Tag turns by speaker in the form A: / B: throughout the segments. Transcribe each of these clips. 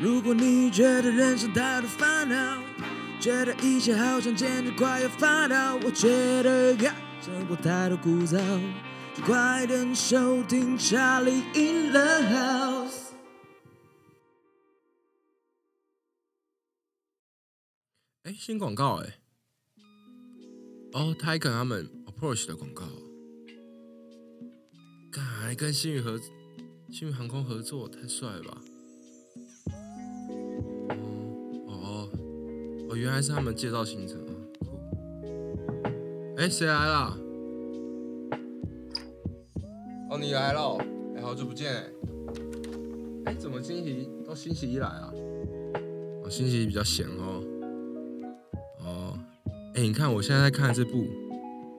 A: 如果你觉得人生太多烦恼，觉得一切好像简直快要发抖，我觉得呀，生活太多枯燥，就快点收听《Charlie in the House》。
B: 哎，新广告哎，哦，Tiger 他们 Approach 的广告，干还跟星宇合星宇航空合作，太帅了吧！哦哦哦，原来是他们介绍行程啊，酷！哎，谁来啦？哦，你来了，哎，好久不见哎！哎，怎么星期都星期一来啊？哦，星期一比较闲哦。哦，哎、你看我现在在看这部，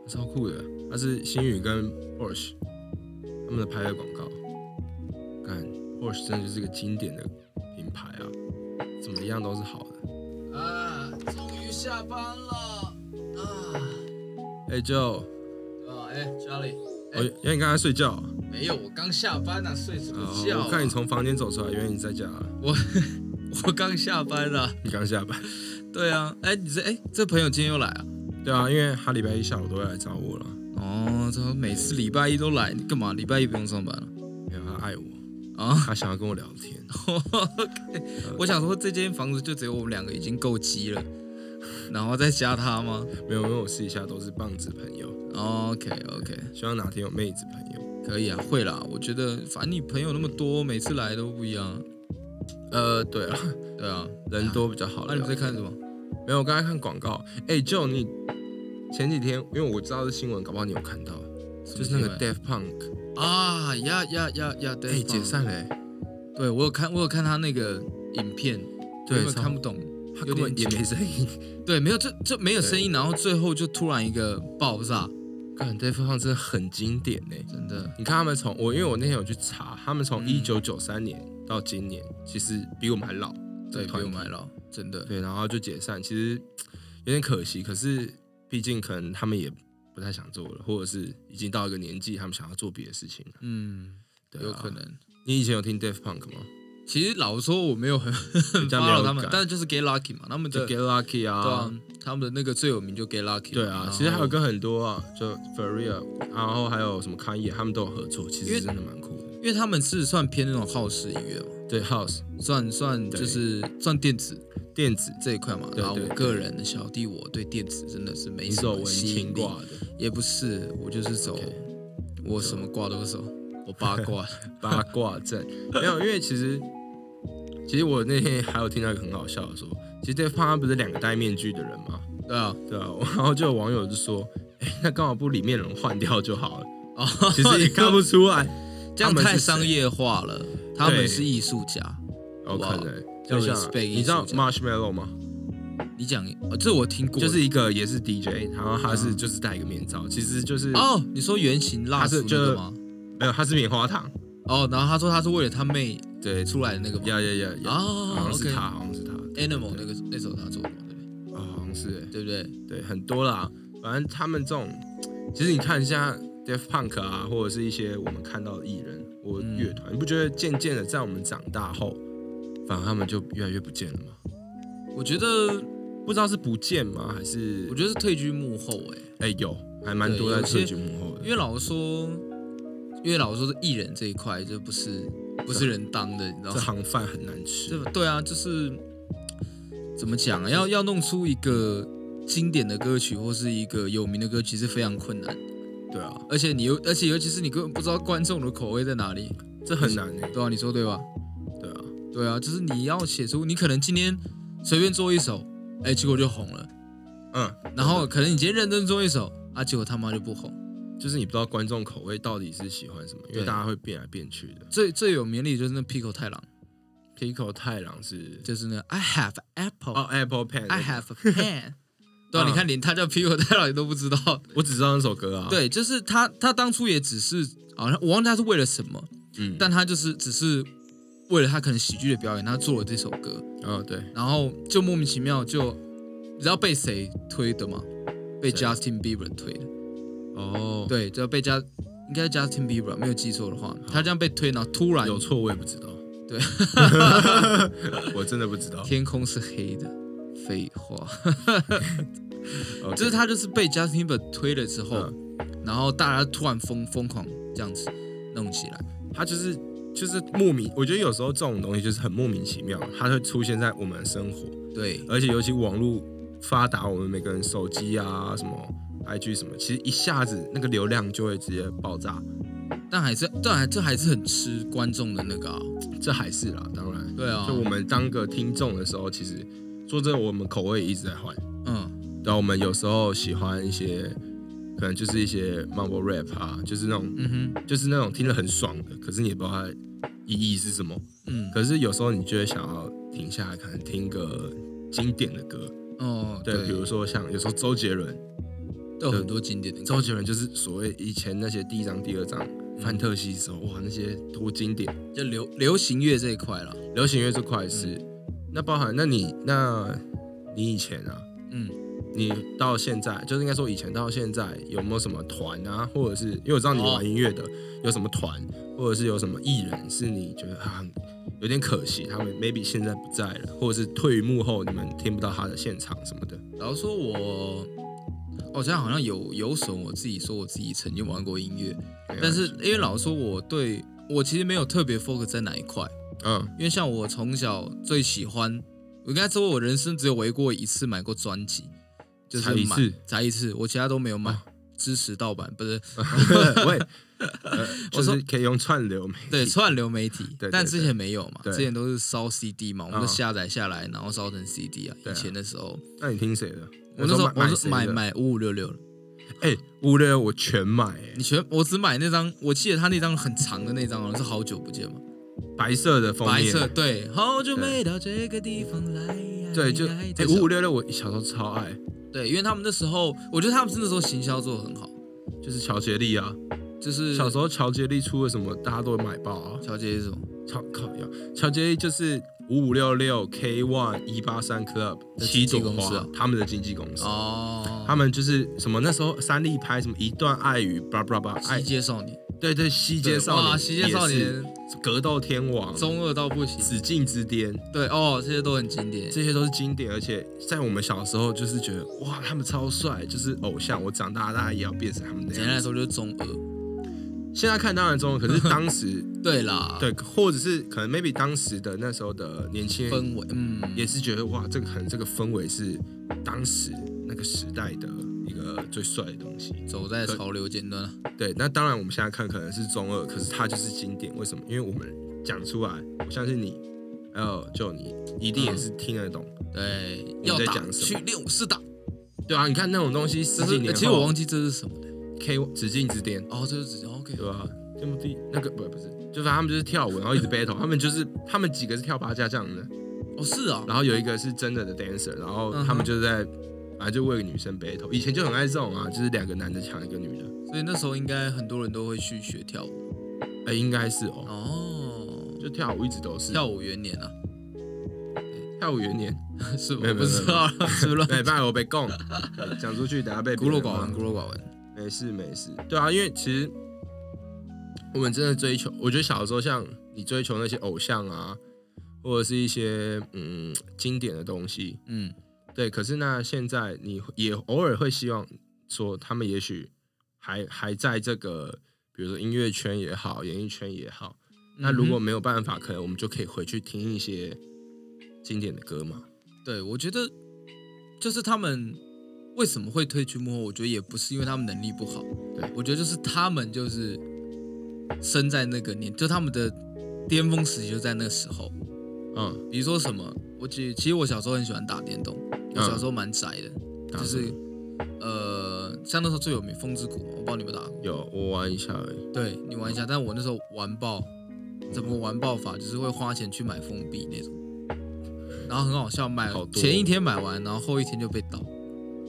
B: 超酷的，它是星宇跟 Porsche 他们的拍的广告。看 Porsche 真的就是一个经典的品牌啊，怎么样都是好的。
C: 啊，终于下班了啊！
B: 哎、Joe，
C: 啊，哎，Charlie，哎
B: 哦，原来你刚才睡觉啊、
C: 没有，我刚下班啊，睡什么觉、
B: 哦？
C: 啊
B: 我看你从房间走出来，原来你在家啊、
C: 我 我刚下班啊。
B: 你 刚下班。
C: 对啊，哎，你这哎这朋友今天又来啊？
B: 对啊，因为他礼拜一下午都会来找我了，
C: 哦，他每次礼拜一都来，你干嘛？礼拜一不用上班啊 了
B: 没有他爱我，
C: 啊？
B: 他想要跟我聊天。
C: 我想说，这间房子就只有我们两个已经够鸡了，然后再加他吗
B: 没有，因为我私底下都是棒子朋友，
C: ？OK OK，
B: 希望哪天有妹子朋友。
C: 可以啊，会啦。我觉得反正你朋友那么多，每次来都不一样。啊
B: 呃，对啊，
C: 对啊，
B: 人多比较好
C: 那、啊
B: 聊。
C: 你们在看什么？
B: 没有，我刚才看广告。哎、j o e 你前几天，因为我知道是新闻，搞不好你有看到，就是那个 d e a f Punk，
C: 啊呀呀呀呀！
B: 哎、
C: 对，
B: 解散了、欸，
C: 对我有看，我有看他那个影片，
B: 对
C: 我有
B: 超
C: 看不懂，
B: 他根本也没声音。
C: 对，没有，这这没有声音，然后最后就突然一个爆炸，
B: 看 d e a f Punk 真的很经典呢、
C: 真的，
B: 你看他们从我，因为我那天有去查，他们从
C: 嗯
B: 一九九三年到今年，其实比我们还老，
C: 对，
B: 这
C: 比
B: 个团
C: 我
B: 体
C: 买了，真的，
B: 对，然后就解散，其实有点可惜。可是毕竟可能他们也不太想做了，或者是已经到一个年纪，他们想要做别的事情了。
C: 嗯，
B: 对啊
C: 有可。能。
B: 你以前有听 d e a f Punk 吗？
C: 其实老实说我没有很很
B: 较没有
C: follow 他们
B: 感，
C: 但是就是 Get Lucky 嘛，他们
B: 就
C: 的
B: Get Lucky
C: 对啊，他们的那个最有名就 Get Lucky，
B: 对
C: 然
B: 啊，
C: 后
B: 其实还有跟很多啊，就 Faria，然后还有什么 Kanye，他们都有合作，其
C: 因
B: 实
C: 为
B: 真的蛮酷的。
C: 因为他们是算偏那种好事音乐嘛，
B: 对 House
C: 算算
B: 对
C: 就是算电子，
B: 电子，
C: 这一块嘛。
B: 对
C: 然后
B: 对
C: 我
B: 对
C: 个人的小弟，我对电子真的是没
B: 你
C: 什
B: 走
C: 么
B: 文
C: 吸引
B: 青
C: 力，
B: 挂的，
C: 也不是，我就是走
B: OK
C: 我什么挂都 走，我八卦。
B: 八卦阵 没有，因为其实其实我那天还有听到一个很好笑的说，其实 d a v 他不是两个戴面具的人嘛，
C: 对啊，
B: 对啊，然后就有网友就说，哎，那刚好不里面人换掉 就好了，
C: 哦，
B: 其实也看不出来，
C: 这样
B: 他们是
C: 太商业化了，他
B: 对
C: 们是艺术家。
B: 有可能。就
C: 要
B: 像
C: respect
B: 你知道
C: 艺术家
B: Marshmallow 吗？
C: 你讲，哦这我听过，
B: 就是一个也是 DJ，然后他是
C: 嗯
B: 就是戴一个面罩，其实就是
C: 哦，你说圆形蜡
B: 他
C: 烛
B: 是
C: 那
B: 就
C: 个吗？
B: 没有，他是棉花糖。
C: 哦，然后他说他是为了他妹
B: 对，
C: 出来的那个吗？
B: 呀呀呀呀，
C: 哦
B: 好像是
C: ，OK
B: 他，好像是他，
C: Animal 那个那首他做的嘛，对不
B: 哦，好像是欸，
C: 对对不对？
B: 对，很多啦。反正他们这种，其实你看一下 d e a f Punk 啊，或者是一些我们看到的艺人或
C: 嗯
B: 乐团，你不觉得渐渐的在我们长大后，反而他们就越来越不见了吗？
C: 我觉得，
B: 不知道是不见吗，还是
C: 我觉得是退居幕后哎、
B: 哎、有，还蛮
C: 对
B: 多在
C: 有
B: 退
C: 些
B: 居幕后的
C: 因。为老实说，因为老实说，艺人这一块就不是不
B: 啊
C: 是人当的，你知道
B: 这
C: 吗？
B: 行饭很难吃
C: 这，对啊，就是怎么讲啊？要要弄出一个经典的歌曲或是一个有名的歌曲是非常困难，
B: 对啊，
C: 而且你又而且尤其是你根本不知道观众的口味在哪里，
B: 这很难哎、
C: 对啊，你说对吧？
B: 对啊，
C: 对啊，就是你要写出你可能今天随便做一首，哎，结果就红了，
B: 嗯，
C: 然后可能你今天认真做一首啊，结果他妈就不红。
B: 就是你不知道观众口味到底是喜欢什么，因为
C: 对
B: 大家会变来变去的。
C: 最最有名的例子就是那 Pico 太郎，
B: Pico 太郎是
C: 就是那 I have apple，I、
B: 哦，Apple Pen，那个
C: have a pen。对啊，
B: 嗯
C: 你看连他叫 Pico 太郎你都不知道。
B: 我只知道那首歌啊。，
C: 对，就是他，他当初也只是好像我忘记他是为了什么，
B: 嗯，
C: 但他就是只是为了他可能喜剧的表演，他做了这首歌，
B: 哦对，
C: 然后就莫名其妙就，你知道被谁推的吗？被
B: 谁
C: Justin Bieber 推的。
B: 哦，
C: 对，
B: 啊
C: 就被加，应该是 Justin Bieber 没有记错的话，他这样被推，然后突然
B: 有错我也不知道。
C: 对，
B: 我真的不知道。
C: 天空是黑的，废 话，
B: OK
C: 就是他就是被 Justin Bieber 推了之后，
B: 嗯
C: 然后大家突然疯疯狂这样子弄起来，
B: 他就是就是莫名，我觉得有时候这种东西就是很莫名其妙，它会出现在我们的生活，
C: 对
B: 而且尤其网络发达，我们每个人手机啊什么 IG 什么，其实一下子那个流量就会直接爆炸。
C: 但还是，但还这还是很吃观众的那个啊。
B: 这还是啦，当然，
C: 对啊
B: 就，我们当个听众的时候，其实说真的，我们口味一直在换。
C: 嗯，
B: 然后我们有时候喜欢一些，可能就是一些 mumble rap 啊，就是那种，
C: 嗯哼，
B: 就是那种听了很爽的，可是你也不知道它的意义是什么。
C: 嗯，
B: 可是有时候你就会想要停下来，可能听个经典的歌，
C: 哦，
B: 对，比如说像有时候周杰伦，
C: 都有很多经典的歌
B: 周杰伦就是所谓以前那些第一张、第二张范特西时候，哇，那些多经典。
C: 就流流行乐这一块了。
B: 流行乐这块是，
C: 嗯
B: 那包含那你那你以前啊，
C: 嗯，
B: 你到现在，就是应该说以前到现在，有没有什么团啊，或者是因为我知道你
C: 哦
B: 玩音乐的，有什么团，或者是有什么艺人是你觉得啊有点可惜，他们 maybe 现在不在了，或者是退于幕后，你们听不到他的现场什么的。
C: 老实说我，我这样好像有有损我自己说我自己曾经玩过音乐，
B: 没
C: 但
B: 关
C: 是
B: 系
C: 因为老实说我对我其实没有特别 focus 在哪一块，
B: 嗯，
C: 因为像我从小最喜欢，我应该说我人生只有为过一次买过专辑，就是
B: 才一
C: 买
B: 次哦
C: 才一次，我其他都没有买。支持盗版不是
B: 喂，呃就
C: 我说
B: 是可以用串流媒体
C: 对串流媒体，
B: 对对
C: 但之前没有嘛，
B: 对
C: 之前都是烧 CD 嘛，我们都
B: 嗯
C: 下载下来，然后烧成 CD 啊。
B: 对
C: 以
B: 啊
C: 前的时候，
B: 那你听谁的？
C: 我那时候
B: 买
C: 我是
B: 谁
C: 买
B: 的，
C: 买五五六六，
B: 哎，五六我全买，哎
C: 你全我只买那张，我记得他那张很长的那张，好像是好久不见嘛，
B: 白色的封
C: 白
B: 面，啊
C: 色对，好久没到这个地方来呀，
B: 对，就
C: 哎
B: 哎
C: 这
B: 五
C: 首
B: 五六六我小时候超爱，
C: 对，因为他们那时候，我觉得他们是那时候行销做的很好，
B: 就是乔杰利啊。
C: 嗯就是
B: 小时候乔杰利出了什么，大家都买爆啊！
C: 小姐是什么？
B: 乔靠呀，乔杰利就是五五六六 K One 一八三 Club
C: 的
B: 七
C: 经纪
B: 朵
C: 公司啊
B: 花他们的经纪公司，
C: 哦，
B: 他们就是什么那时候三立拍什么一段爱与叭叭叭爱
C: 西，街少年，
B: 对对哎西街少
C: 哇
B: 年，
C: 西街少年
B: 格斗天王、
C: 中二到不行，
B: 紫禁之巅，
C: 对哦，这些都很经典，
B: 这些都是经典，而且在我们小时候就是觉得哇，他们超帅，就是偶像。我长大大家也要变成他们那
C: 简单来
B: 样子。
C: 说就是中二。
B: 现在看当然中了，可 是当时
C: 对啦，
B: 对，或者是可能 maybe 当时的那时候的年轻人
C: 氛围，嗯，
B: 也是觉得哇，这个可能这个氛围是当时那个时代的一个最帅的东西。
C: 走在
B: 可
C: 潮流尖端啊。
B: 对，那当然我们现在看可能是中二，可是它就是经典。为什么？因为我们讲出来，我相信你，还有就你一定也是听得懂。
C: 对，
B: 你
C: 要
B: 在
C: 打
B: 讲什么
C: 去六四打，
B: 对啊，你看那种东西
C: 这
B: 十
C: 是
B: 几年后，
C: 其实我忘记这是什么了。
B: K 指进指点，
C: 哦，这是指 OK，
B: 对吧、啊？那么第那个不不是，就反正他们就是跳舞，然后一直 battle，他们就是他们几个是跳八家将的，
C: 哦是啊，
B: 然后有一个是真的的 dancer，然后他
C: 嗯哼
B: 们就是在，反正就为女生 battle。以前就很爱这种啊，就是两个男的抢一个女的，
C: 所以那时候应该很多人都会去学跳舞。
B: 哎、应该是哦，
C: 哦，
B: 就跳舞一直都是
C: 跳舞元年啊，
B: 跳舞元年，
C: 是吗
B: 没
C: 我
B: 有
C: 不知
B: 没有
C: 道 啊，是不是？
B: 对，不然我被供 讲出去，等下被
C: 孤
B: 别
C: 陋
B: 人
C: 寡
B: 骂
C: 闻，孤陋寡闻。
B: 没事没事，对啊，因为其实我们真的追求，我觉得小时候像你追求那些偶像啊，或者是一些嗯经典的东西，
C: 嗯，
B: 对，可是那现在你也偶尔会希望说，他们也许还还在这个，比如说音乐圈也好，演艺圈也好。
C: 嗯
B: 那如果没有办法，可能我们就可以回去听一些经典的歌嘛。
C: 对，我觉得就是他们为什么会退居幕后，我觉得也不是因为他们能力不好，
B: 对
C: 我觉得就是他们就是生在那个年，就他们的巅峰时期就在那个时候。
B: 嗯，
C: 比如说什么，我其其实我小时候很喜欢打电动，我小
B: 嗯
C: 时候蛮宅的，
B: 打
C: 就
B: 什
C: 是
B: 么
C: 呃，像那时候最有名《风之谷》嘛，我不知道你们打过，
B: 有我玩一下而已。
C: 对你玩一下，但我那时候玩爆，怎么玩爆法就是会花钱去买封闭那种。然后很好笑，买
B: 好多哦
C: 前一天买完，然后后一天就被盗，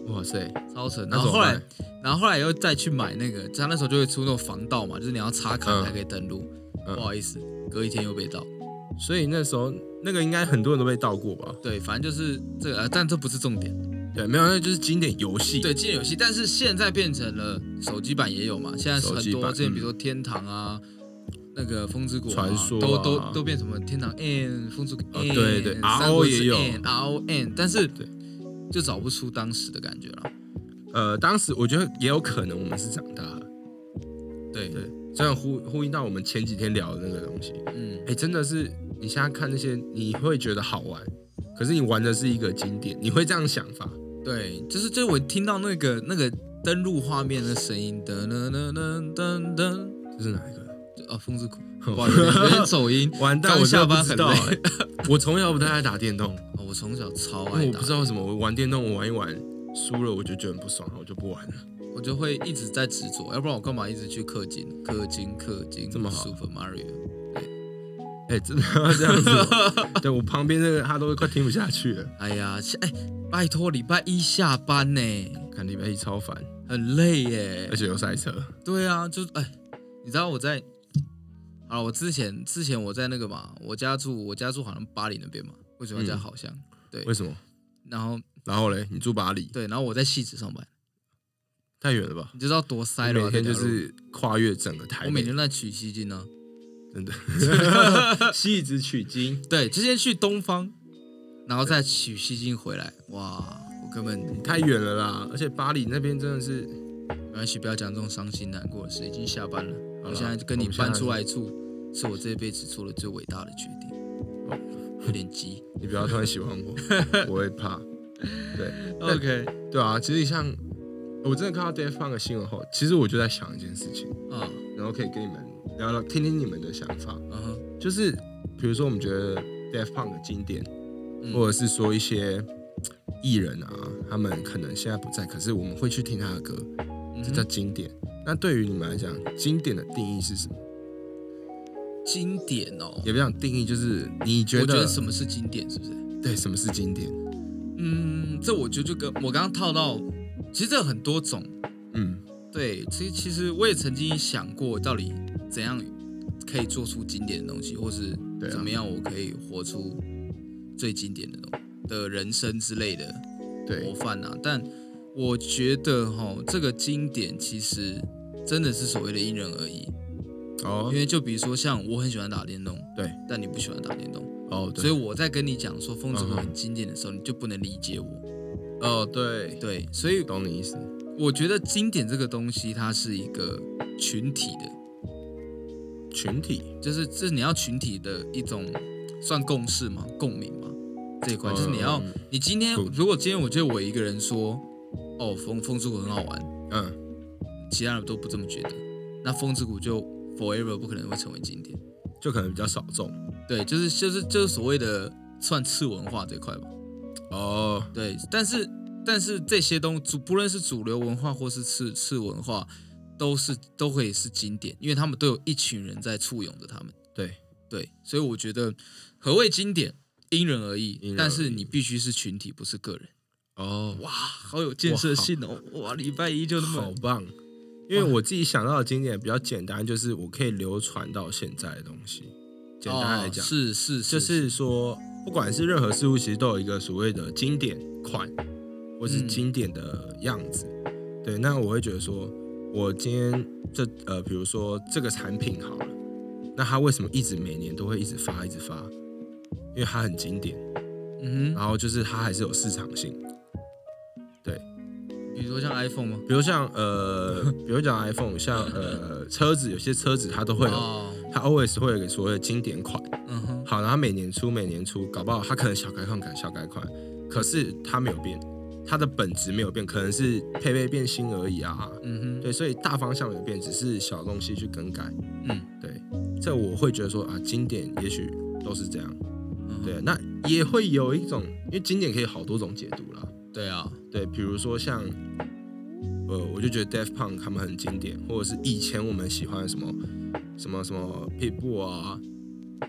B: 哇塞，
C: 超扯。
B: 那
C: 然后
B: 怎么
C: 哦后来
B: 办？，
C: 然后后来又再去买那个，他那时候就会出那种防盗嘛，就是你要插卡
B: 嗯
C: 才可以登录。
B: 嗯
C: 不好意思，隔一天又被盗。
B: 所以那时候那个应该很多人都被盗过吧？
C: 对，反正就是这个，呃但这不是重点。
B: 对，没有，那就是经典游戏。
C: 对，经典游戏，但是现在变成了手机版也有嘛，现在
B: 手
C: 很
B: 机版
C: 多之前
B: 嗯
C: 比如说天堂啊，那个风之国嘛
B: 传说啊
C: 都都都变什么天堂 N 风之国
B: 哦
C: N，、
B: 对对
C: 三
B: RO
C: 国志
B: 也有
C: N RO N，但是
B: 对
C: 就找不出当时的感觉了。
B: 呃，当时我觉得也有可能我们是长大了，
C: 对，
B: 对，这样呼呼应到我们前几天聊的那个东西，
C: 嗯，
B: 哎，真的是你现在看那些，你会觉得好玩，可是你玩的是一个经典，你会这样想法，
C: 对，就是就是我听到那个那个登录画面的声音，噔噔噔噔噔噔，
B: 这是哪一个？。
C: 就啊，风之谷，哇，有点有点走音
B: 完蛋，
C: 干
B: 哦我
C: 我
B: 真的
C: 下巴
B: 不知
C: 很
B: 道
C: 累
B: 欸。 我从小不太爱打电动，
C: 哦我从小超
B: 因
C: 爱
B: 为我
C: 打
B: 不，知道为什么，我玩电动我玩一玩输了我就觉得很不爽，我就不玩 了。
C: 我就会一直在执着，要不然我干嘛一直去氪金？氪金，氪金，
B: 这么好
C: Super Mario，
B: 哎、真的要这样子哦？ 对我旁边那个他都快听不下去了，
C: 哎呀，下哎，拜托，礼拜一下班呢，
B: 看礼拜一超烦，
C: 很累耶
B: 而。且有赛车。
C: 对啊，就哎，你知道我在，啊，我之前之前我在那个嘛，我家住我家住好像巴黎那边嘛，为什么叫
B: 嗯
C: 好像？对
B: 为什么？
C: 然后
B: 然后嘞，你住巴黎，
C: 对，然后我在戏子上班，
B: 太远了吧？
C: 你就知道多塞
B: 你
C: 了吧。啊
B: 每天就
C: 这条路
B: 是跨越整个台
C: 我
B: 北，
C: 每天都在取西啊经呢、
B: 真的 戏子取经，
C: 对，之前去东方，然后再取西经回来，哇，我根本
B: 太远了啦！而且巴黎那边真的是，
C: 没关系，不要讲这种伤心难过的事，已经下班了。
B: 好
C: 我
B: 啦
C: 现在就跟你
B: 我们现在
C: 搬出来住，是我这辈子做的最伟大的决定。有点急。
B: 你不要突然喜欢 我，我会怕。对
C: OK，
B: 对啊，其实像我真的看到 Dave 放个新闻后，其实我就在想一件事情，
C: 啊，
B: 然后可以跟你们聊聊，听听你们的想法。
C: 嗯哼，
B: 就是比如说我们觉得 Def Punk 的经典，
C: 嗯
B: 或者是说一些艺人啊，他们可能现在不在，可是我们会去听他的歌，
C: 嗯
B: 这
C: 哼
B: 叫经典。那对于你们来讲，经典的定义是什么？
C: 经典哦。
B: 也不讲定义，就是你觉
C: 我觉
B: 得
C: 得什么是经典，是不是？
B: 对什么是经典？
C: 嗯，这我觉得就跟我刚刚套到，其实这有很多种。
B: 嗯，
C: 对，其实其实我也曾经想过，到底怎样可以做出经典的东西，或是
B: 对啊
C: 怎么样我可以活出最经典的东的人生之类的模
B: 对，
C: 范啊。但我觉得哈，这个经典其实真的是所谓的因人而异，
B: 哦
C: 因，为就比如说像我很喜欢打电动，
B: 对，
C: 但你不喜欢打电动，
B: 哦，
C: 所以
B: 对，
C: 我在跟你讲说《风之谷》
B: 嗯哼
C: 很经典的时候，你就不能理解我。
B: 哦，对，
C: 对，所以
B: 懂你意思。
C: 我觉得经典这个东西，它是一个群体的。
B: 群体，
C: 就是这是你要群体的一种算共识吗？共鸣吗？这一块就是你要，你今天
B: 共
C: 如果今天我就我一个人说，哦，风风之谷很好玩，
B: 嗯，
C: 其他人都不这么觉得，那风之谷就 forever 不可能会成为经典。
B: 就可能比较少众。
C: 对，就是就是就是所谓的算次文化这一块吧。
B: 哦，
C: 对，但是但是这些东主不论是主流文化或是次次文化，都是都可以是经典，因为他们都有一群人在簇拥着他们。
B: 对，
C: 对，所以我觉得何谓经典，因人而异，
B: 因人
C: 但
B: 而
C: 是
B: 异
C: 你必须是群体，不是个人。
B: 哦，
C: 哇，好有建设性哦！哇，礼拜一就那
B: 好
C: 么
B: 棒！因为我自己想到的经典比较简单，就是我可以流传到现在的东西。简单来讲，
C: 哦是是
B: 就，是说，不管是任何事物，其实都有一个所谓的经典款，或是
C: 嗯
B: 经典的样子。对，那我会觉得说，我今天这呃，比如说这个产品好了，那它为什么一直每年都会一直发，一直发？因为它很经典，
C: 嗯
B: 然后就是它还是有市场性。
C: 哼，比如说像 iPhone 吗？
B: 比如像 呃，比如讲 iPhone，像呃车子，有些车子它都会有
C: 哦，
B: 它 always 会有一个所谓的经典款。
C: 嗯哼，
B: 好，然后每年出每年出，搞不好它可能小改款改小改款，可是它没有变，它的本质没有变，可能是配备变新而已啊。
C: 嗯哼，
B: 对，所以大方向没有变，只是小东西去更改。
C: 嗯，
B: 对，这我会觉得说啊，经典也许都是这样。
C: 嗯
B: 对，那也会有一种，因为经典可以好多种解读啦。
C: 对啊，
B: 对，比如说像，呃，我就觉得 Def Punk 他们很经典，或者是以前我们喜欢的什么什么什么 Pitbull 啊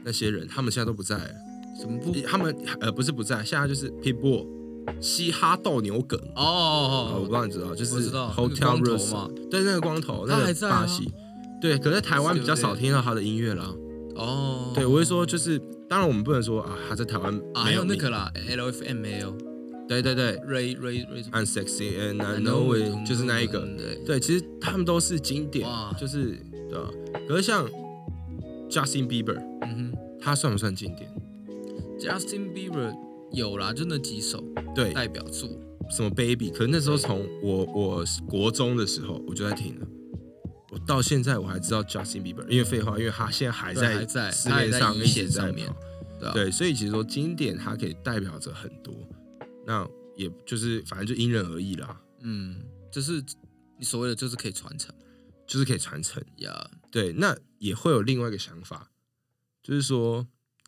B: 那些人，他们现在都不在了，
C: 什么不？
B: 他们呃不是不在，现在就是 Pitbull 嘻哈斗牛梗。
C: 哦
B: 呃我不
C: 哦
B: 知道你知道，就是
C: 我知道那个
B: Hotel
C: 光头
B: Rose
C: 嘛，
B: 对，那个光头，
C: 他
B: 那
C: 还
B: 个
C: 在啊
B: 巴西，对，可是台湾比较少听到他的音乐啦。
C: 哦哦，
B: 对，我会说就是，当然我们不能说啊，他在台湾
C: 啊，还
B: 没
C: 有那
B: 名
C: 个啦，LFML
B: 对对对
C: Ray Ray Ray，
B: ，I'm sexy and I know it，就是那一个，
C: 嗯对，
B: 对，其实他们都是经典
C: 哇，
B: 就是对啊。可是像 Justin Bieber，
C: 嗯哼
B: 他算不算经典？
C: ，Justin Bieber 有啦，就那几首
B: 对，
C: 代表作。
B: 什么 Baby，可是那时候从我我国中的时候我就在听了，我到现在我还知道 Justin Bieber，因为废话，因为他现在还
C: 对还
B: 在
C: 在
B: 市
C: 他还
B: 面
C: 在
B: 上
C: 一
B: 一
C: 线
B: 直在
C: 上
B: 跑
C: 面对啊
B: 对，所以其实说经典它可以代表着很多，那也就是反正就因人而异啦，
C: 嗯，就是你所谓的就是可以传承
B: 就是可以传承。
C: 呀。
B: 对，那也会有另外一个想法，就是说，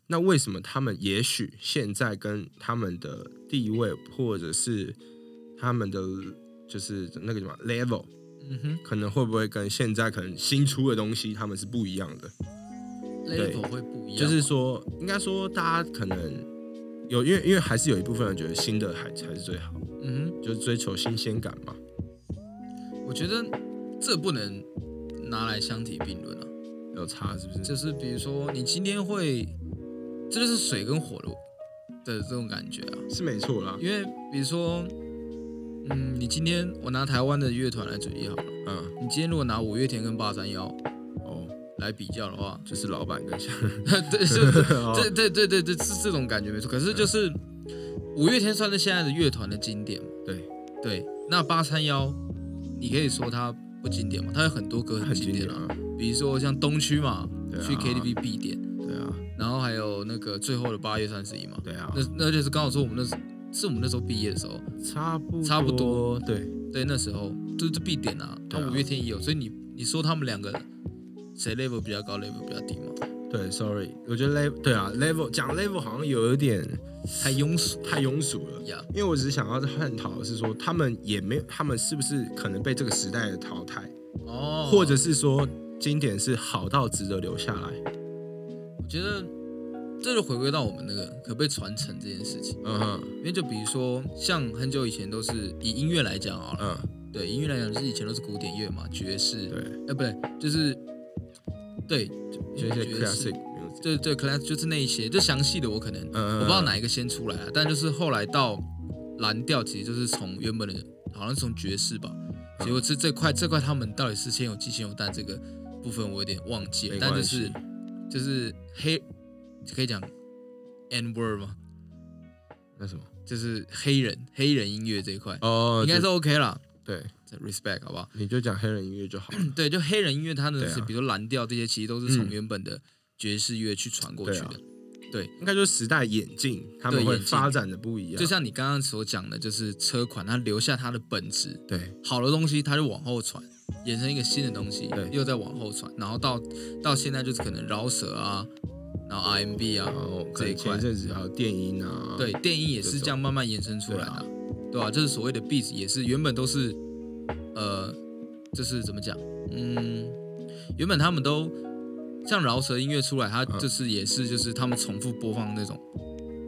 B: 那为什么他们也许现在跟他们的地位或者是他们的就是那个什么 level，
C: 嗯哼
B: 可能会不会跟现在可能新出的东西他们是不一样的？
C: ，level 会不一样，
B: 就是说，应该说大家可能有，因为因为还是有一部分人觉得新的还才是最好，
C: 嗯
B: 就是追求新鲜感嘛。
C: 哼，我觉得这不能拿来相提并论啊。
B: 有差是不是？
C: 就是比如说，你今天会，这就是水跟火的的这种感觉啊。
B: 是没错啦，
C: 因为比如说，嗯，你今天我拿台湾的乐团来举例好了，
B: 嗯，
C: 你今天如果拿五月天跟八三幺
B: 哦，，
C: 来比较的话
B: 就是老板跟下，
C: 对，是不是？
B: 哦
C: 对对对对对，是这种感觉没错。可是就是
B: 嗯
C: 五月天算是现在的乐团的经典嘛，
B: 对，
C: 对。那八三幺，你可以说它不经典嘛？它有很多歌
B: 很
C: 经
B: 经典
C: 典啊，
B: 啊，
C: 比如说像东区嘛，
B: 对啊
C: 去 KTV 必点，
B: 对啊，
C: 然后还有那个最后的八月三十一嘛，
B: 对啊
C: 那，那就是刚好说我们那时是我们那时候毕业的时候，
B: 差不
C: 差不多
B: 对，
C: 对，那时候这这必点啊，他
B: 对啊
C: 五月天也有，所以你你说他们两个谁 level 比较高，level 比较低嘛？
B: 对，sorry，我觉得 level 对啊，level 讲 level 好像有一点
C: 太庸俗
B: 太庸俗了，
C: 呀，
B: 因为我只是想要探讨的是说，他们也没有，他们是不是可能被这个时代的淘汰，
C: 哦，
B: 或者是说经典是好到值得留下来？
C: 我觉得这就回归到我们那个可不可以传承这件事情，
B: 嗯哼，
C: 因为就比如说像很久以前都是以音乐来讲啊，
B: 嗯，
C: 对，音乐来讲就是以前都是古典乐嘛，爵士，
B: 对，
C: 哎、不对，就是对，
B: 就一些
C: 爵士
B: classic music，
C: 对对 class 就是那一些，就详细的我可能
B: 嗯，
C: 我不知道哪一个先出来啊，但就是后来到蓝调，其实就是从原本的好像是从爵士吧，
B: 嗯
C: 结果这这块这块他们到底是先有鸡先有蛋这个部分我有点忘记了
B: 没，
C: 但就
B: 关系
C: 是就是黑可以讲 N word 吗？
B: 那什么，
C: 就是黑人黑人音乐这一块，
B: 哦，
C: 应该是
B: 就
C: OK 啦
B: 对，
C: 这，respect 好不好？
B: 你就讲黑人音乐就好了，
C: 对，就黑人音乐它
B: 对
C: 的
B: 啊
C: 是比如说蓝调这些，其实都是从
B: 嗯
C: 原本的爵士乐去传过
B: 对
C: 去
B: 啊
C: 的。
B: 应该就是时代演进，他们
C: 对
B: 会
C: 演进
B: 发展的不一样，
C: 就像你刚刚所讲的，就是车款它留下它的本质，
B: 对
C: 好的东西它就往后传，衍生一个新的东西
B: 对，
C: 又再往后传，然后到到现在就是可能饶舌啊，然后 RMB 啊
B: 然，后哦可
C: 这一
B: 能
C: 块
B: 前阵子还有电音啊，
C: 对，电音也是这样慢慢衍生出来的啊、对吧、就是所谓的 beats 也是原本都是，呃，就是怎么讲，嗯，原本他们都像饶舌音乐出来，它
B: 嗯
C: 就是也是就是他们重复播放那种，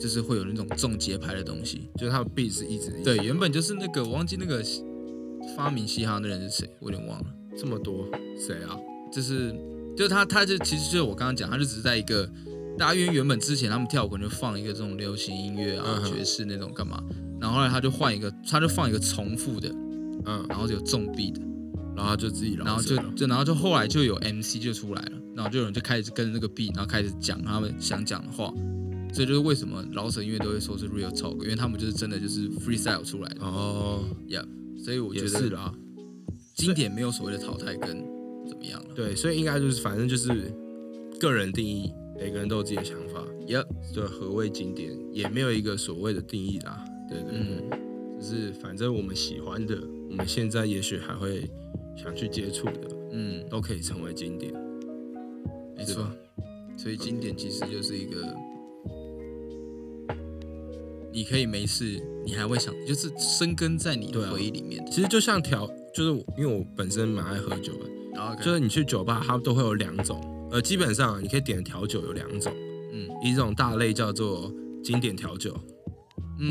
C: 就是会有那种重节拍的东西，
B: 就是他的 beat 是一直一直
C: 对，原本就是那个我忘记那个发明嘻哈的人是谁，我有点忘了。
B: 这么多谁啊？
C: 就是就是他他就其实就是我刚刚讲，他就只是在一个大家因为原本之前他们跳舞可能就放一个这种流行音乐啊
B: 嗯、哼
C: 爵士那种干嘛，然后后来他就换一个，他就放一个重复的，
B: 嗯，
C: 然后有重 B 的，
B: 然后就自己饶
C: 啊然后
B: 舌
C: 就
B: 了
C: 就然后就后来就有 MC 就出来了，然后就有人就开始跟着那个 B，然后开始讲他们想讲的话。所以就是为什么饶舌音乐都会说是 real talk，因为他们就是真的就是 freestyle 出来的，
B: 哦，
C: 所以我觉
B: 也是
C: 得
B: 啦，
C: 经典没有所谓的淘汰跟怎么样了。
B: 对，所以应该就是反正就是个人定义，每个人都有自己的想法，
C: Yep，
B: 就何谓经典，也没有一个所谓的定义啦。对对对，
C: 嗯，
B: 就是反正我们喜欢的，我们现在也许还会想去接触的，
C: 嗯，
B: 都可以成为经典。
C: 没
B: 是
C: 错
B: 吧。
C: 所以经典其实就是一个，你可以没事，你还会想，就是生根在你
B: 对啊
C: 的回忆里面的。
B: 其实就像调，就是我因为我本身蛮爱喝酒的，
C: 然后可
B: 就是你去酒吧，它都会有两种，呃，基本上啊你可以点的调酒有两种，
C: 嗯
B: 一种大类叫做经典调酒，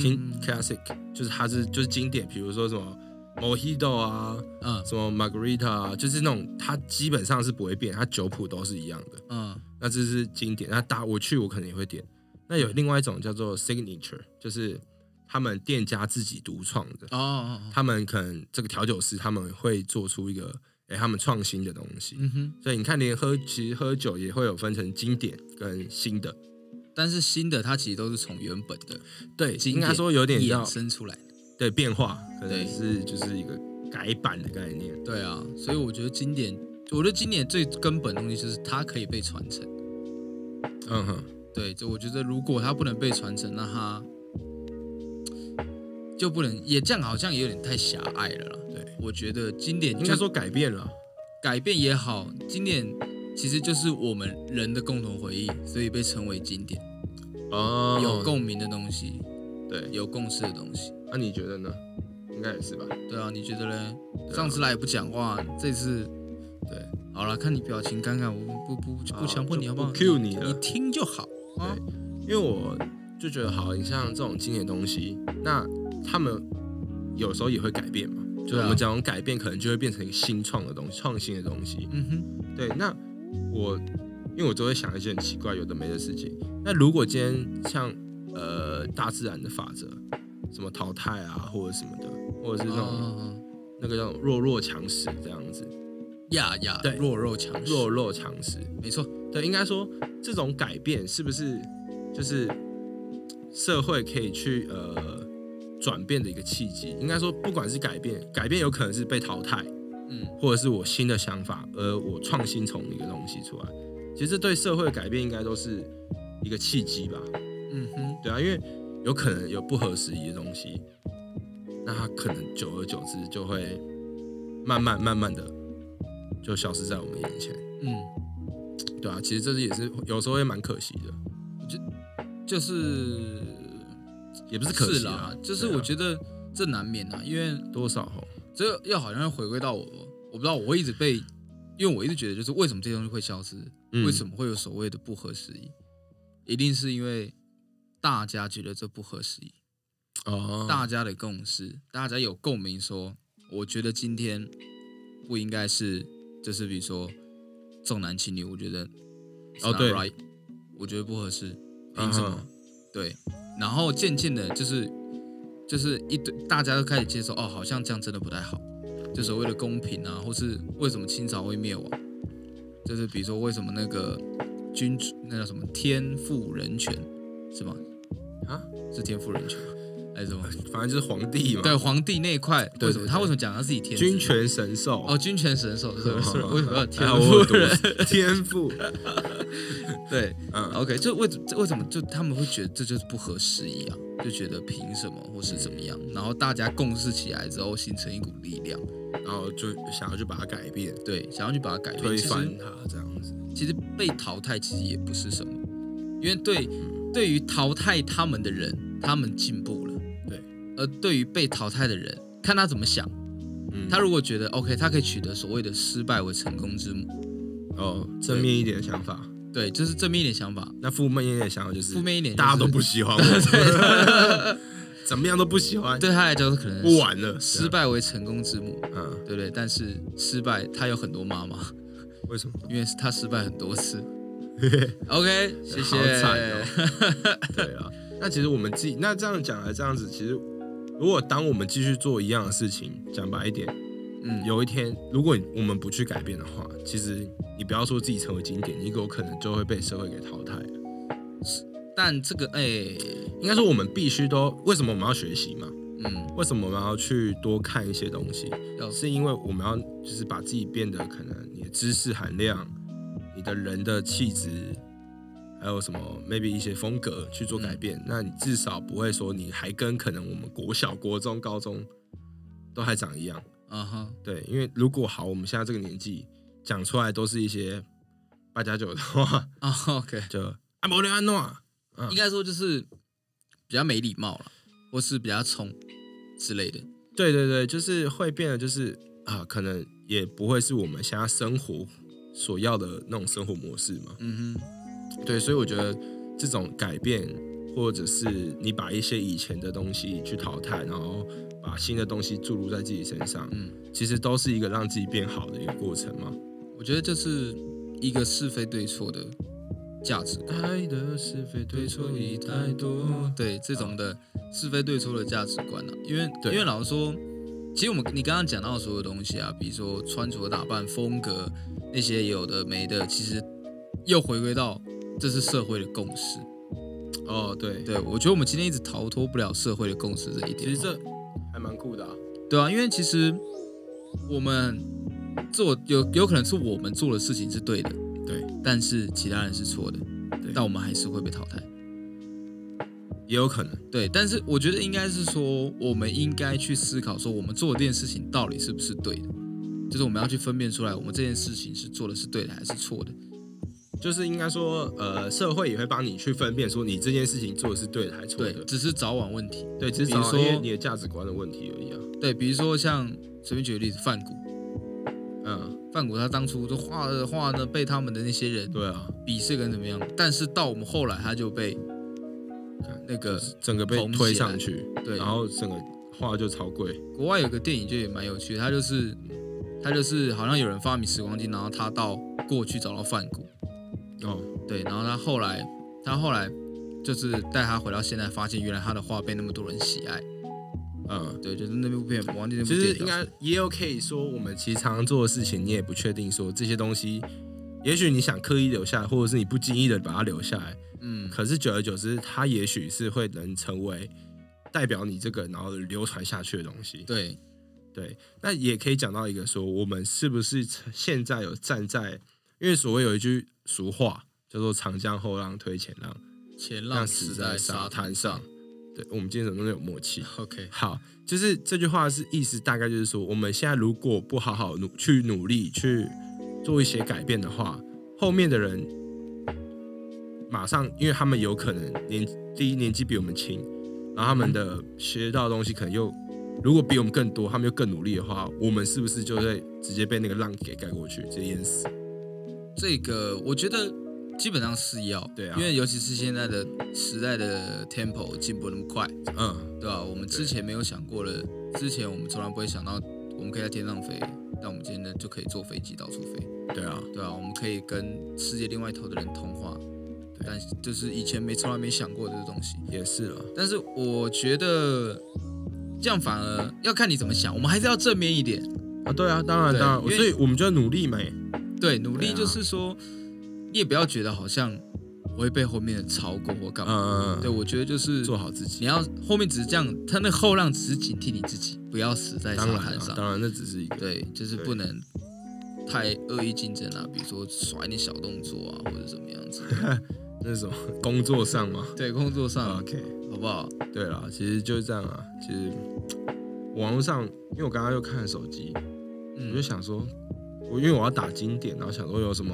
B: 经
C: 嗯
B: classic，就是它是就是经典，比如说什么 Mojito 啊，
C: 嗯
B: 什么 Margarita 啊，就是那种它基本上是不会变，它酒谱都是一样的。
C: 嗯
B: 那这是经典，那大我去我可能也会点。那有另外一种叫做 signature，就是他们店家自己独创的，
C: 哦哦哦
B: 他们可能这个调酒师他们会做出一个哎、他们创新的东西。
C: 嗯哼，
B: 所以你看，连喝其实喝酒也会有分成经典跟新的，
C: 但是新的它其实都是从原本的
B: 对，
C: 经
B: 应该
C: 典
B: 说有点
C: 衍
B: 像
C: 生出来的。
B: 对变化，可
C: 对
B: 能是就是一个改版的概念。
C: 对啊，所以我觉得经典，我觉得经典最根本的东西就是它可以被传承。
B: 嗯哼，
C: 对，就我觉得如果它不能被传承，那它就不能也这样，好像也有点太狭隘了啦。
B: 对，
C: 我觉得经典
B: 应
C: 就
B: 该说改变了。
C: 改变也好，经典其实就是我们人的共同回忆，所以被称为经典，
B: 哦
C: 有共鸣的东西，
B: 对，
C: 有共识的东西。
B: 那、你觉得呢？应该也是吧。
C: 对啊，你觉得嘞？
B: 对啊
C: 上次来也不讲话，这次
B: 对，
C: 好了，看你表情尴尬，我不不不
B: 好
C: 不强迫你
B: 就
C: 好
B: 不
C: 好？
B: cue
C: 你
B: 你了
C: 你听就好啊。
B: 因为我就觉得好，你像这种经典的东西，那他们有时候也会改变嘛。就
C: 对啊
B: 我们讲种改变，可能就会变成一个新创的东西，创新的东西。
C: 嗯哼，
B: 对，那我因为我都会想一些很奇怪有的没的事情。那如果今天像呃大自然的法则，什么淘汰啊，或者什么的，或者是那种、
C: 哦
B: 那个叫弱肉强食这样子，
C: 呀呀，
B: 对
C: 弱肉强食，
B: 弱肉强食。
C: 没错，
B: 对，应该说这种改变是不是就是社会可以去呃转变的一个契机？应该说，不管是改变，改变有可能是被淘汰，
C: 嗯，
B: 或者是我新的想法，而我创新从一个东西出来。其实这对社会的改变应该都是一个契机吧？
C: 嗯哼，
B: 对啊，因为有可能有不合时宜的东西，那它可能久而久之就会慢慢慢慢的就消失在我们眼前。
C: 嗯，
B: 对啊，其实这是也是有时候也蛮可惜的。
C: 就是
B: 也不是可惜啊
C: 啦，啊就是我
B: 得
C: 觉得这难免啊，因为
B: 多少吼，
C: 这要好像要回归到我，我不知道我会一直被，因为我一直觉得就是为什么这些东西会消失，
B: 嗯
C: 为什么会有所谓的不合时宜，一定是因为大家觉得这不合时宜，
B: 哦
C: 大家的共识，大家有共鸣说，我觉得今天不应该是，就是比如说重男轻女，我觉得 it's
B: 哦
C: not
B: 对嗯
C: right，我觉得不合适，凭什么对，然后渐渐的，就是就是一堆大家都开始接受，哦，好像这样真的不太好，就所谓的公平啊，或是为什么清朝会灭亡，就是比如说为什么那个君主那叫什么天赋人权是吗？
B: 啊，
C: 是天赋人权吗？还是什么？
B: 反正就是皇帝嘛，
C: 对，皇帝那一块，
B: 啊对
C: 为什么
B: 对
C: 他
B: 对
C: 为什么讲他自己天子
B: 君权神授
C: 哦，，君权神授， 对，是为什么要天
B: 哎我
C: 赋
B: 有读
C: 人？
B: 天赋，
C: 对
B: 嗯，
C: ，OK，就为这为什么就他们会觉得这就是不合时宜啊？就觉得凭什么或是怎么样？然后大家共事起来之后，形成一股力量，
B: 然后就想要去把它改变，
C: 对，想要去把它改变。
B: 推
C: 其实
B: 翻它这样子，
C: 其实被淘汰其实也不是什么，因为对
B: 嗯
C: 对于淘汰他们的人，他们进步了，
B: 对，
C: 而对于被淘汰的人，看他怎么想。
B: 嗯
C: 他如果觉得 OK，他可以取得所谓的失败为成功之母，
B: 哦正面一点的想法，
C: 对，这是正面一点想法。
B: 那负面一点的想法就是
C: 负面一点就是
B: 大家都不喜 欢我，怎么样都不喜欢，
C: 对他来讲，可能
B: 不玩了，
C: 失败为成功之母，
B: 这样，嗯，
C: 对不对？但是失败，他有很多妈妈，
B: 为什么？
C: 因为他失败很多次。OK，谢
B: 好
C: 谢。
B: 惨哦对啊，那其实我们自己，那这样讲来这样子，其实如果当我们继续做一样的事情，讲白一点，
C: 嗯，
B: 有一天如果你我们不去改变的话，其实你不要说自己成为经典，你有可能就会被社会给淘汰。
C: 但这个哎、
B: 应该说我们必须都，为什么我们要学习嘛？
C: 嗯，
B: 为什么我们要去多看一些东西？
C: 要
B: 是因为我们要就是把自己变得可能你的知识含量、你的人的气质，还有什么 maybe 一些风格去做改变，那你至少不会说你还跟可能我们国小、国中、高中都还长一样。
C: 啊哈，
B: 对，因为如果好，我们现在这个年纪讲出来都是一些八加九的话，
C: 啊哈 OK，
B: 就啊，没人安诺，
C: 应该说就是比较没礼貌了，或是比较冲之类的。
B: 对对对，就是会变得就是啊，可能也不会是我们现在生活所要的那种生活模式嘛。
C: 嗯哼，
B: 对，所以我觉得这种改变，或者是你把一些以前的东西去淘汰，然后把新的东西注入在自己身上，
C: 嗯，
B: 其实都是一个让自己变好的一个过程嘛。
C: 我觉得这是一个是非对错的价值观。
B: 爱的是非对错已太多，
C: 对这种的是非对错的价值观啊，因为
B: 对啊
C: 因为老实说，其实我们你刚刚讲到的所有东西啊，比如说穿着打扮、风格那些有的没的，其实又回归到这是社会的共识。
B: 哦，对，
C: 对我觉得我们今天一直逃脱不了社会的共识这一点。啊
B: 其实这还蛮酷的啊。
C: 对啊，因为其实我们做有有可能是我们做的事情是对的，
B: 对，
C: 但是其他人是错的，
B: 对
C: 但我们还是会被淘汰。
B: 也有可能，
C: 对，但是我觉得应该是说，我们应该去思考说，我们做的这件事情到底是不是对的，就是我们要去分辨出来，我们这件事情是做的是对的还是错的。
B: 就是应该说，呃，社会也会帮你去分辨，说你这件事情做的是对的还是错
C: 对
B: 的，。
C: 只是早晚问题。
B: 对，只是
C: 比如
B: 找
C: 说
B: 因为你的价值观的问题而已啊。
C: 对，比如说像随便举个例子，范谷，
B: 嗯，
C: 范谷他当初就画的画呢，被他们的那些人
B: 对啊，
C: 鄙视跟怎么样，但是到我们后来他就被那个
B: 整个被
C: 捧起
B: 推
C: 来
B: 上去，
C: 对
B: 然后整个画就超贵。
C: 国外有个电影就也蛮有趣的，它就是它就是好像有人发明时光机，然后他到过去找到范谷，
B: 哦，
C: 对，然后他后来他后来就是带他回到现在，发现原来他的画被那么多人喜爱，
B: 嗯，
C: 对，就是那部片，我忘记那部
B: 其
C: 电影
B: 实
C: 叫
B: 应该也有可以说，我们其实常常做的事情，你也不确定说这些东西，也许你想刻意留下来，或者是你不经意的把它留下来，
C: 嗯，
B: 可是久而久之，它也许是会能成为代表你这个人然后流传下去的东西。
C: 对，
B: 对，那也可以讲到一个说，我们是不是现在有站在，因为所谓有一句俗话叫做“长江后浪推前浪，
C: 前
B: 浪
C: 浪
B: 死
C: 死
B: 在沙
C: 沙
B: 滩上
C: 上。”
B: 对，我们今天怎么那么有默契？
C: ，OK，
B: 好，就是这句话是意思大概就是说，我们现在如果不好好努去努力去做一些改变的话，后面的人马上，因为他们有可能年第一年纪比我们轻，然后他们的学到的东西可能又如果比我们更多，他们又更努力的话，我们是不是就会直接被那个浪给盖过去，直接淹死？
C: 这个我觉得基本上是要，
B: 对啊
C: 因为尤其是现在的时代的 tempo 进步那么快，
B: 嗯，
C: 对吧、我们之前没有想过的，之前我们从来不会想到我们可以在天上飞，但我们今天呢就可以坐飞机到处飞，
B: 对啊，
C: 对啊，我们可以跟世界另外一头的人通话，但就是以前没从来没想过的这东西。
B: 也是啊，
C: 但是我觉得这样反而要看你怎么想，我们还是要正面一点。
B: 啊，对啊，当然
C: 对
B: 当然，
C: 因为
B: 所以我们就要努力嘛。
C: 对，努力
B: 对啊
C: 就是说，你也不要觉得好像我会被后面的超过或干嘛。
B: 嗯，
C: 对，我觉得就是
B: 做好自己
C: 你。要后面只是这样，他那后浪只是警惕你自己，不要死在沙
B: 当然、
C: 滩
B: 啊
C: 上，。
B: 当然，那只是一个。
C: 对，就是
B: 对
C: 不能太恶意竞争啊，比如说耍一点小动作啊，或者怎么样 子。
B: 那是什么工作上 吗
C: 对，工作上
B: 啊？OK，
C: 好不好？
B: 对啦，其实就是这样啊。其实网络上，因为我刚刚又看了手机，我就
C: 嗯，
B: 想说，我因为我要打经典，然后想说有什么，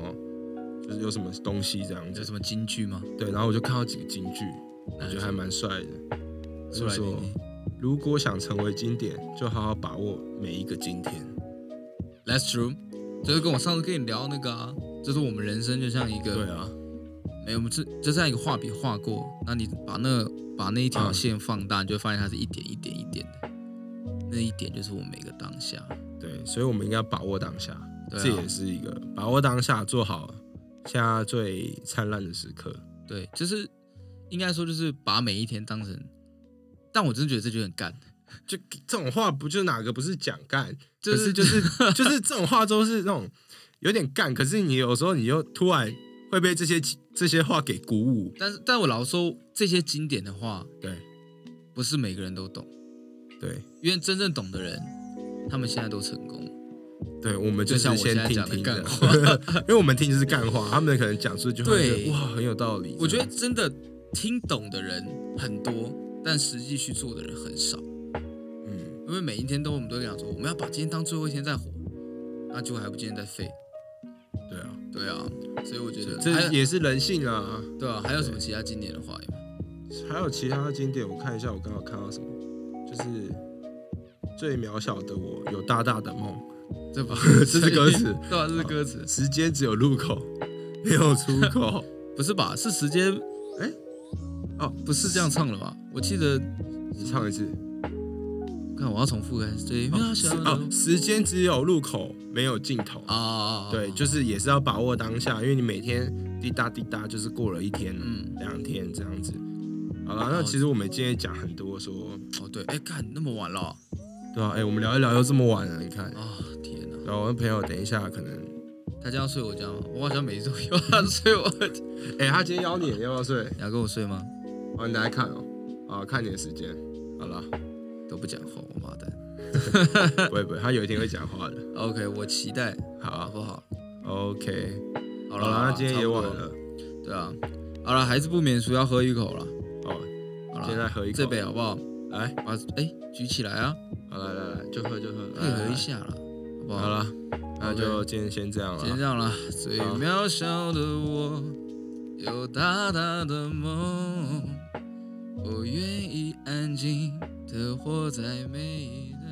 B: 就是有什么东西这样
C: 有
B: 子。
C: 什么金句吗？
B: 对，然后我就看到几个京剧，我
C: 哪
B: 觉
C: 一
B: 得
C: 种
B: 还蛮帅的。
C: 出来听
B: 就说
C: 听。
B: 如果想成为经典，就好好把握每一个今天。
C: That's true，就是跟我上次跟你聊那个啊，就是我们人生就像一个
B: 对啊，
C: 没有，我们就就像一个画笔画过，那你把那把那一条
B: 嗯
C: 线放大，你就会发现它是一点一点一点的，那一点就是我们每个当下。
B: 对，所以我们应该把握当下，
C: 对啊
B: 这也是一个把握当下，做好现在最灿烂的时刻。
C: 对，就是应该说就是把每一天当成，但我真的觉得这句很干，
B: 就这种话不就哪个不是讲干？
C: 就
B: 就是是就是就是这种话都是那种有点干，可是你有时候你又突然会被这些这些话给鼓舞。
C: 但是但我老说这些经典的话，
B: 对
C: 不是每个人都懂，
B: 对
C: 因为真正懂的人，他们现在都成功了。
B: 对，我们
C: 就像
B: 是
C: 我现
B: 先
C: 在
B: 听
C: 讲的
B: 听
C: 干话
B: 因为我们听就是干话，他们可能讲出就会觉
C: 对
B: 得哇很有道理。
C: 我觉得真的听懂的人很多，但实际去做的人很少。
B: 嗯，
C: 因为每一天都我们都会讲说，我们要把今天当最后一天再活，那结果还不今天在废。
B: 对啊，
C: 对啊，所以我觉得还
B: 这
C: 有
B: 也是人性啊。
C: 对啊，还有什么其他经典的话吗？
B: 还有其他经典，我看一下，我刚好看到什么，就是最渺小的我有大大的梦，
C: 这不
B: 这是歌词，
C: 对啊，这是歌词，
B: 时间只有入口，没有出 口。
C: 不是吧？是时间
B: 哦，
C: 不是这样唱的吧？我记得，
B: 你唱一次。
C: 看我要重复看，最渺小的
B: 哦，时间只有入口，没有尽头。
C: 啊啊，
B: 对，就是也是要把握当下，因为你每天滴答滴答，就是过了一天、
C: 嗯哦
B: 两天这样子。好了，那其实我们今天讲很多说，
C: 哦对，哎，看那么晚了，
B: 对啊，哎、我们聊一聊又这么晚了，你看，
C: 啊、天哪！
B: 然后我那朋友等一下可能，
C: 他这样睡我家吗？我好像每次都有他睡我家。
B: 哎、他今天邀你，你要不要睡？
C: 你要跟我睡吗？
B: 哦，你来看哦，啊，看你的时间，好了，
C: 都不讲话，王八蛋。
B: 不会不会，他有一天会讲话的。
C: OK，我期待，好啊
B: 好
C: 不好？
B: ，OK，
C: 好
B: 好
C: 了，
B: 了，那今天也晚
C: 差不多
B: 了，
C: 对啊，好了，还是不免俗，要喝一口了。
B: 哦，
C: 好了，
B: 现在喝一口
C: 这杯啊好不好？
B: 来，
C: 把哎举起来啊，
B: 好来来来，就喝就喝，
C: 配
B: 来
C: 合一，下了，好不
B: 来
C: 好？
B: 好，了，那就今天先这样
C: 先
B: 了
C: 这，样了。最
B: 好
C: 渺小的我，有大大的梦，我愿意安静的活在每一个